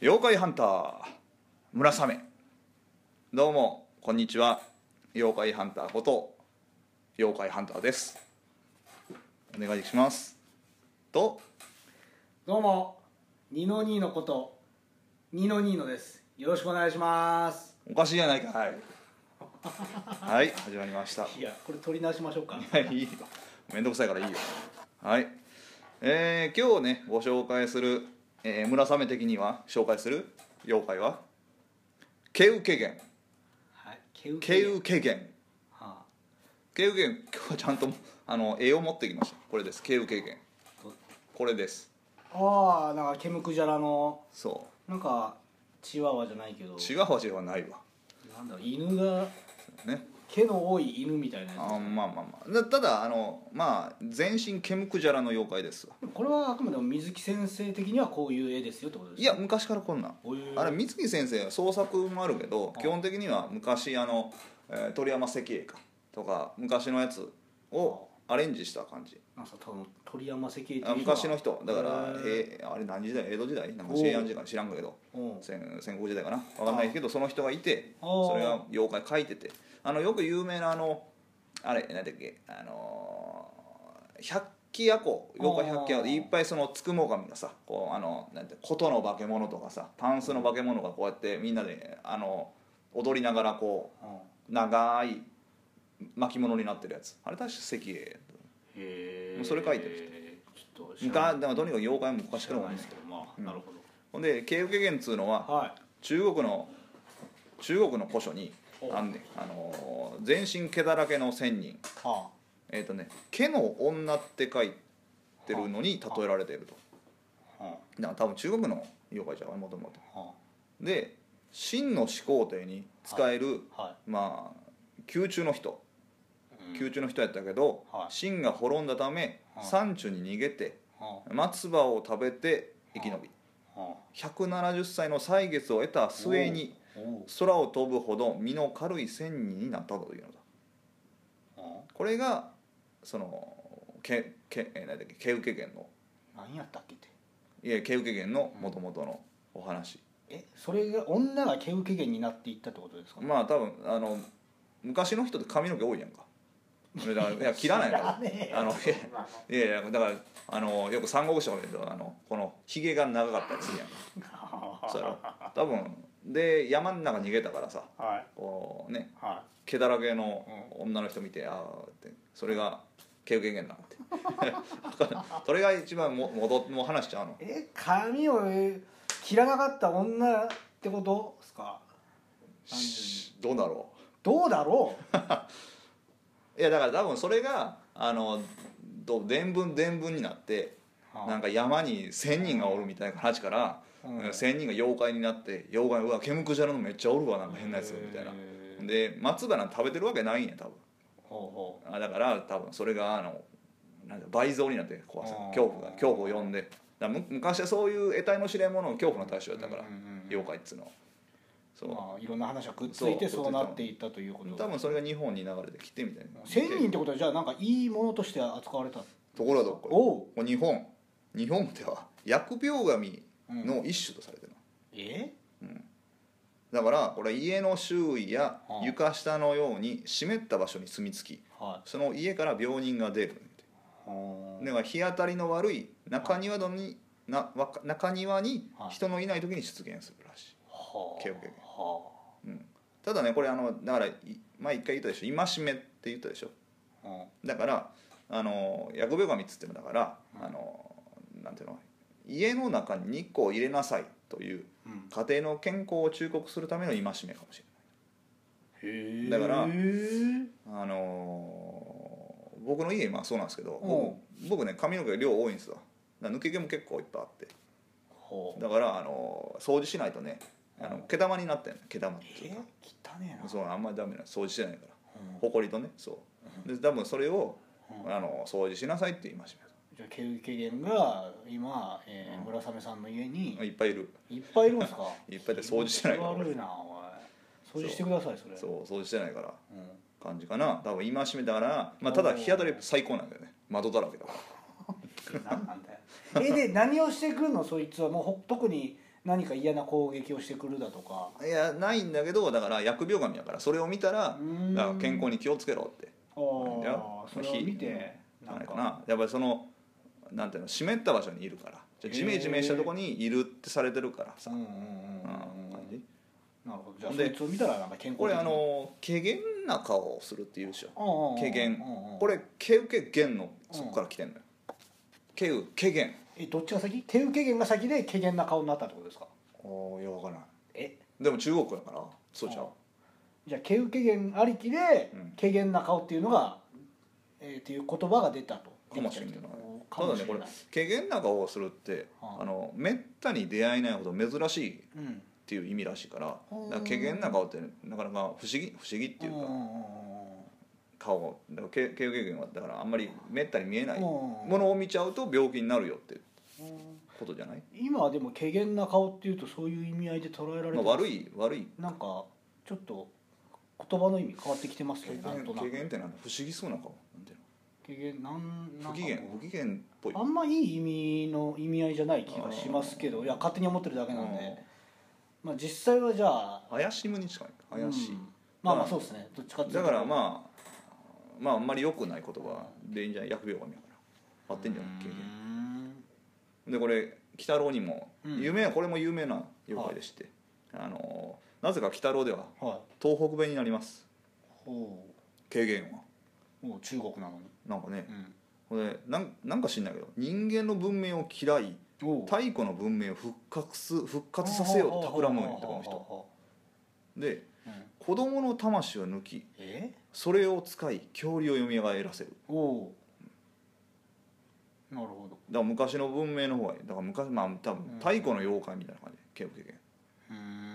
妖怪ハンター村雨どうもこんにちは妖怪ハンターこと妖怪ハンターですお願いしますとどうもニノニーノことニノニーノですよろしくお願いしますおかしいじゃないかはいはい始まりましたいやこれ取り直しましょうかはいいいよめんどくさいからいいよはいえー、今日ねご紹介する、えー、村雨的には紹介する妖怪はケウケゲンはいケウケウケゲンはあケウケゲン 今日はちゃんとあの絵を持ってきましたこれですケウケゲンどこれですあーなんかケムクジャラのそなんかチワワじゃないけどうチワワではないわなんだろう犬がね毛の多い犬みたいなやつあーまあまあまあだただあのまあ全身ケムクジャラの妖怪ですわでもこれはあくまでも水木先生的にはこういう絵ですよってことですいや昔からこんなんおいうあれ水木先生は創作もあるけどあ基本的には昔あの、えー鳥山石英かとか昔のやつをアレンジした感じなんか多分鳥山石英っていう人あは昔の人だからへへーあれ何時代江戸時代なんかおう平安時代知らんけどーうん戦戦国時代かな分かんないけどその人がいてあーそれが妖怪描いててあのよく有名なあのあれ何だっけあのー百鬼夜行妖怪百鬼夜あ行ーいっぱいそのつくも神がさこうあのなんて琴の化け物とかさパンスの化け物がこうやってみんなであの踊りながらこうんう長い巻物になってるやつあれ確か石英へーそれ書いてるちょっと知らながいでもとにかく妖怪も昔知からら多ないいんでですすよけどまあうんなるほどほんで慶應源っつうのははい中国の中国の古書にほうあんねんあのー全身毛だらけの仙人はえっ、とね「毛の女」って書いてるのに例えられているとあはだから多分中国の妖怪じゃんもともとあはで真の始皇帝に使える、あはまあ宮中の人いうん宮中の人やったけど、はい秦が滅んだため、はい山中に逃げては松葉を食べて生き延びあはあ170歳の歳月を得た末におう空を飛ぶほど身の軽い仙人になったというのだはこれがそのけけえー何だっけ毛受源のあ何やったっけっていや毛受源のもともとのお話、えそれが女が毛受けになっていったってことですかまあ多分あの昔の人って髪の毛多いやんかだからいや切らないから知らねえよあのいやいやいやだからあのよく三国志とか見るとあのこのひげが長かったりするやんか そうやろ多分で山の中逃げたからさはいこうねは毛だらけの女の人見て、ああってそれが毛受源なんてだから それが一番も戻もう話しちゃうのいえ髪をえ切らなかった女ってことですか単純にどうだろどうだろうういやだから多分それがあのどう伝聞伝聞になってはあなんか山に1,000人がおるみたいな話から、うん1,000人が妖怪になって妖怪うわケムクジャラのめっちゃおるわなんか変なやつみたいなへえで松葉なんて食べてるわけないんや多分ほうほあだから多分それがあのなんだ倍増になって怖さあー恐怖が恐怖を呼んでだむ昔はそういう得体の知れんものを恐怖の対象うだったから、うんうんうん妖怪っつうのはそう、まあいろんな話がくっついてそうそうなっていったということ多分それが日本に流れてきてみたいな千人ってことはじゃあなんかいいものとして扱われたところがどっこいおうもう日本日本では疫病神の一種とされてるの、えだからこれ家の周囲やはあ床下のように湿った場所に住み着きはその家から病人が出るいはだから日当たりの悪い中庭のになわか中庭にはい人のいない時に出現するらしい、あ毛受けはうん、ただねこれあのだからい前一回言ったでしょ戒めって言ったでしょあはだからあの疫病神っつってもだから、うんあのなんていうの家の中に日光を入れなさいというあうん家庭の健康を忠告するための戒めかもしれないへえだからへえあのー僕の家今そうなんですけどお僕僕ね髪の毛量多いんですよだから抜け毛も結構いっぱいあってほうだからあのー掃除しないとねあの毛玉になってんの毛玉っていうえか汚ねえなそうあんまりダメなの掃除してないからうんほこりとねそうで多分それをうんあの掃除しなさいって言いましじゃあ毛受け源が今えーうん村雨さんの家にたいっぱいいるいっぱいいるんですか いっぱいで掃除してない気か持らち悪いなおい掃除してくださいそれそう掃除してないからうん感じかな多分戒めだから、まあ、ただ日当たり最高なんだよね窓だらけだから 何なんだよえで何をしてくるのそいつはもうほ特に何か嫌な攻撃をしてくるだとかいやないんだけどだから疫病神やからそれを見たらうーんだから健康に気をつけろってあいやまああそれを見てじゃないかなやっぱりそのなんていうの湿った場所にいるからじゃあジメジメしたとこにいるってされてるからさ、うんうんうんうんうん感じなるほどじゃあそでいつを見たらなんか健康これ的あの怪げな顔をするって言うでしょうんうんうんけげんうんうんこれ毛受け源のそこから来てんのよ毛受け源えどっちが先手受け源が先でけげんな顔になったってことですかおいや分からないえでも中国やからそうじゃんあじゃあけ受け源ありきでうんけげんな顔っていうのがえーっていう言葉が出たとかもしれないかただもねしこれれないけげんな顔をするってはああのめったに出会えないほど珍しいっうんていう意味らしいからだほうからけげんな顔ってなかなか不思議不思議っていううんうかんうんうん顔だからけけげんはだからあんまりめったに見えないほもうのを見ちゃうと病気になるよってうんことじゃない、今はでもけげんな顔っていうとそういう意味合いで捉えられてまあ、ます悪い悪いなんかちょっと言葉の意味変わってきてますけよげんねなんとなくけげんってなんだ不思議そうな顔なんていうけげんなんなの不んか機嫌不機嫌っぽいあんまいい意味の意味合いじゃない気がしますけどいや勝手に思ってるだけなんで、まあ、実際はじゃあ怪しむに近い怪しい、うんまあまあそうですねどっちかっていうとだからまあまああんまり良くない言葉でいいんじゃない疫病神やから合ってんじゃない経験でこれ鬼太郎にもうん有名なこれも有名な妖怪でして、あのーなぜか鬼太郎でははい東北弁になりますほ軽減はうもう中国なのになんかねこうんれなんなんか知んないけど人間の文明を嫌いおう太古の文明を復活す復活させようと企むんやってこの人人で子供の魂を抜きえそれを使い恐竜を蘇らせるおおうなるほどだから昔の文明の方がいいだから昔まあ多分太古の妖怪みたいな感じ警部経験うーん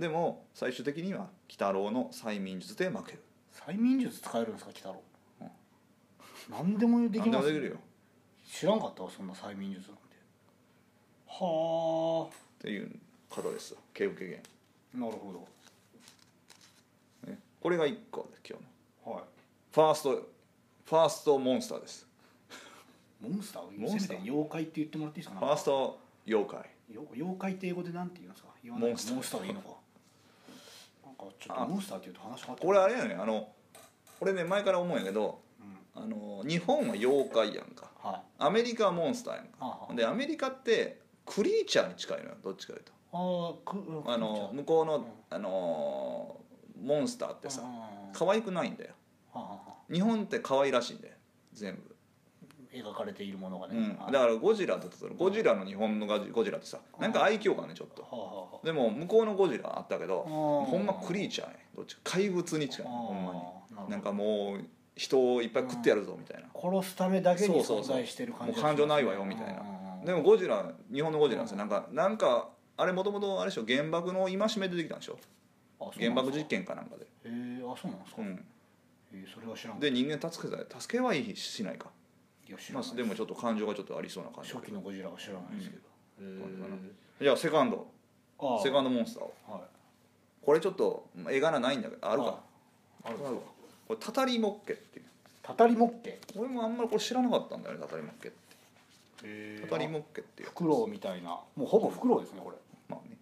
でも最終的には鬼太郎の催眠術で負ける催眠術使えるんですか鬼太郎、何でもでき何でまもすでねきるよっ知らんかったわそんな催眠術なんてはていう方です警部経験、あなるほどね、これが1個です今日のはファーストファーストモンスターですいモンスターモンスターせめて妖怪って言ってもらっていいですかファースト妖怪よ妖怪って英語でなんて言うんですか言わないモンスターモンスターでいいのかなんかちょっあとモンスターっていうと話変わってくこれあれやねあのこれね前から思うんやけどうんあの日本は妖怪やんかはいアメリカはモンスターやんあはかでアメリカってクリーチャーに近いのよどっちかというとあーくうんあの向こうの、あのーモンスターってさうんは可愛くないんだよあはあはあ日本って可愛らしいんだよ全部、描かれているものがね、うん、はいだからゴジラだとするゴジラの日本のガジゴジラってさなんか愛嬌がねちょっとはあはあはあでも向こうのゴジラあったけどうんほんまクリーチャーねどっちか怪物に近いあーほんまなるほにどなんかもう人をいっぱい食ってやるぞみたいな殺すためだけにそうそ存うそう在してる感じもう感情ないわよみたいなでもゴジラ日本のゴジラってさなんかなんかあれもともとあれでしょ原爆の戒め出てきたんでしょ原爆実験験かなんかでへえあそうなんですか、うんえーそれは知らんかったで人間助けた助けはいいししないかいや知らまないあ、でもちょっと感情がちょっとありそうな感じだけ初期どのゴジラは知らないですけど、どうなのかなへじゃあセカンドーああセカンドモンスターをはいこれちょっとまあ絵柄ないんだけどあるかああるわこれタタリモッケっていうたたりもっけ俺もあんまりこれ知らなかったんだよねタタリモッケってへタタリモッケっていうフクロウみたいなもうほぼフクロウですねこれまあね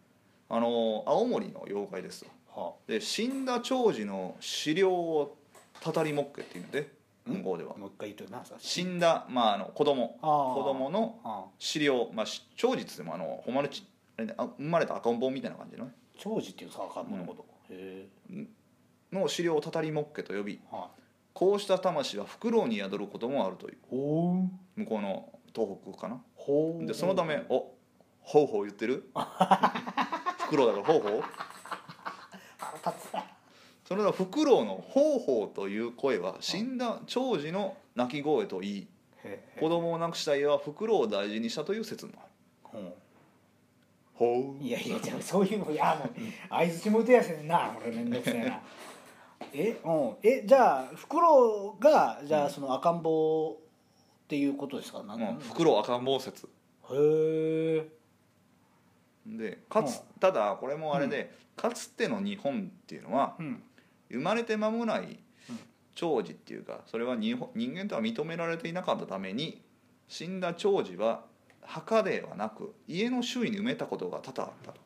あのー青森の妖怪ですよはで死んだ長寿の死霊をタタリモッケっていうので向こうではあもう一回言ってなんすか死んだまああの子供ああ子供のああ死霊まあし長寿っつってもあの誉れちあれねあ生まれた赤ん坊みたいな感じのね長寿っていうんですか赤ん坊のこと、へえの資料をたたりもっけと呼びはいこうした魂はフクロウに宿ることもあるというほう向こうの東北かなほうでそのため「おほうほう言って るフクロウだからほうほう腹立つなそれではフクロウの「ほうほう」という声は死んだ長寿の鳴き声といいへえ子供を亡くした家はフクロウを大事にしたという説もあるうほんいやいやじゃあそういうのいやもう相づちも打てやせんなこれめんどくせえなえうんえじゃあフクロウがじゃあその赤ん坊っていうことですかなう、んうなんん、フクロウ赤ん坊説へえでかつただこれもあれで、かつての日本っていうのはうん生まれて間もない長寿っていうかそれは日本人間とは認められていなかったために死んだ長寿は墓ではなく家の周囲に埋めたことが多々あったと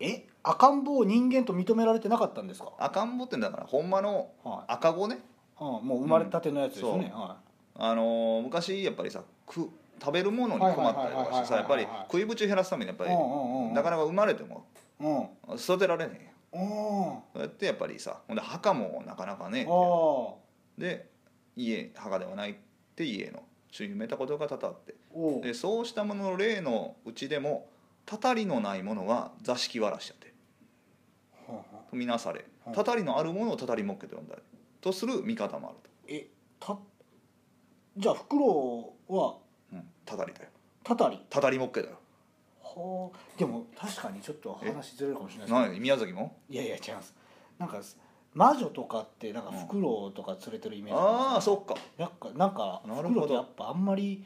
え赤ん坊を人間と認められてなかったんですか、赤ん坊ってだからほんまのは赤子ねいうん、もう生まれたてのやつですようんね、そはあのー昔やっぱりさく食べるものに困ったりとかしてさやっはいはいはぱいはいはいり食いぶち減らすためにやっぱりうんうんうんなかなか生まれてもいうん育てられねえようんそうやってやっぱりさほんで墓もなかなかねああで家墓ではないって家の周囲に埋めたことが多々あっておうでそうしたものの例のうちでもたたりのないものは座敷わらしやってはんはんとみなされはいたたりのあるものをたたりもっけと呼んだりとする見方もあると、えたじゃあフクロウはうん、たたりだよたたりたたりもっけだよはあでも確かにちょっと話ずれるかもしれないですなんや宮崎もいやいや違いますなんか魔女とかってなんかフクロウとか連れてるイメージなんですよああそっかなんかなんかなるほどフクロウってやっぱあんまり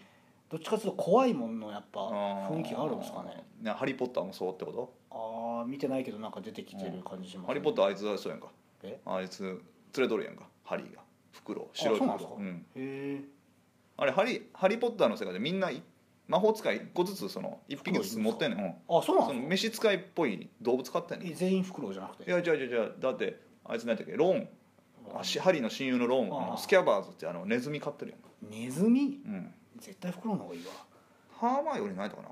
どっちかっていうと怖いもののやっぱあー雰囲気があるんですかねねハリー・ポッターもそうってことああ見てないけどなんか出てきてる感じします、ねハリー・ポッターあいつはそうやんかえあいつ連れとるやんかハリーが袋あそ白いう袋なんですかんへえあれハリーハリー・ポッターの世界でみんない魔法使い1個ずつその1匹ずつ持ってんねん、うんあそうなんそのですか召使いっぽい動物飼ってんねんいえ全員フクロウじゃなくてやじゃあじゃあじゃあだってあいつ何やったっけローンあしハリーの親友のローンはああのースキャバーズってあのネズミ飼ってるネズミやん、うん、絶対フクロウの方がいいわハーマイオリーないとかな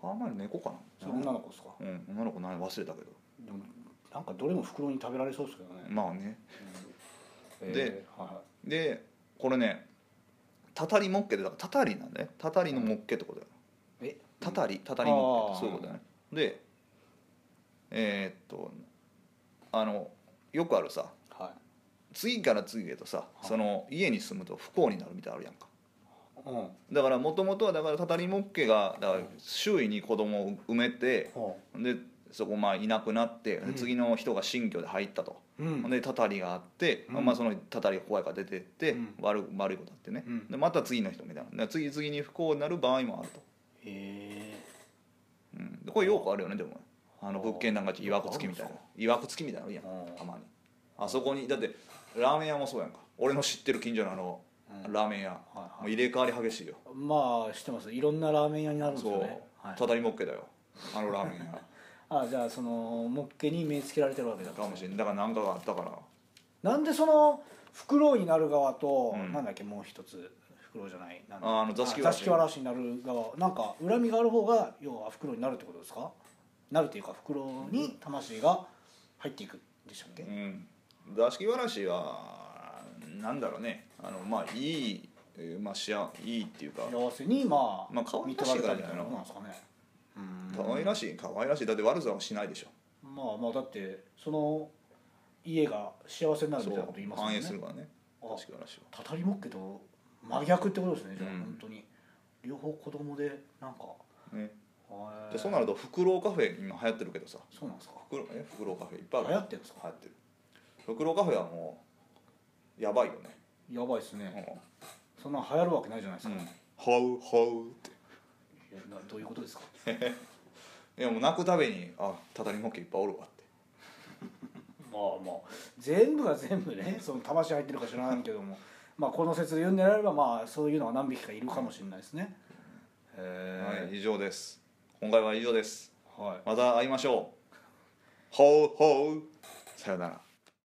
ハーマイオリー猫かなそれ女の子ですかうん、女の子ない忘れたけどでもなんかどれもフクロウに食べられそうですけどね、まあねうで、んえーはいはいでこれねたたりもっけでだからたたりなんだねたたりのもっけってことだよえたたりたたりもっけってそうあーいうことだねでえーっとあのよくあるさはい次から次へとさその家に住むと不幸になるみたいなのあるやんかうんはだからもともとはだからたたりもっけがだから周囲に子供を埋めてでそこまあいなくなってでうん次の人が新居で入ったと、あうんでたたりがあって、うんまあ、そのたたりが怖いから出てって、うん悪悪いことあってね、うんでまた次の人みたいなだから次々に不幸になる場合もあると、へえうんでこれよくあるよねでもあのあー物件なんかいわくつきみたいあなるんいわくつきみたいなのあるやんうんたまにあそこにだってラーメン屋もそうやんか俺の知ってる近所のあの、うんラーメン屋、はいもう入れ替わり激しいよまあ知ってますいろんなラーメン屋になるんですそう、よね、はい、たたりもっけだよあのラーメン屋あじゃあそのもっけに目つけられてるわけだかもしれないだから何かがあったからなんでそのフクロウになる側と、うんなんだっけもう一つフクロウじゃないなんだああの座敷わ座らし敷わらしになる側なんか恨みがある方が要はフクロウになるってことですかなるっていうかフクロウに魂が入っていくんでしたっけ、うん、座敷わらしはなんだろうねあのまあいい、えーまあ、しあいいっていうか幸せにまあ、まあ可愛見らとしらいれかたらみじゃたいないなのことなんですかねうん可愛らしい可愛らしいだって悪さはしないでしょまあまあだってその家が幸せになるみたいなこと言いますもん反映ねするからねあ座敷わらしはたたりもっけと真逆ってことですねじゃあ、うん本当に両方子供でなんかねへでえそうなるとフクロウカフェ今流行ってるけどさそうなんですかフクロウえフクロウカフェいっぱいある流行ってるんですか流行ってるフクロウカフェはもうやばいよねやばいですうんねそんなん流行るわけないじゃないですか、ういんハウハウってやなどういうことですかいやもう泣くたびにあたたりもっけいっぱいおるわってまあまあ全部が全部ね その魂入ってるか知らないけどもまあこの説で言うんであればまあそういうのが何匹かいるかもしれないですねはへい以上です今回は以上ですえはいまた会いましょう。ほうほう。さよなら。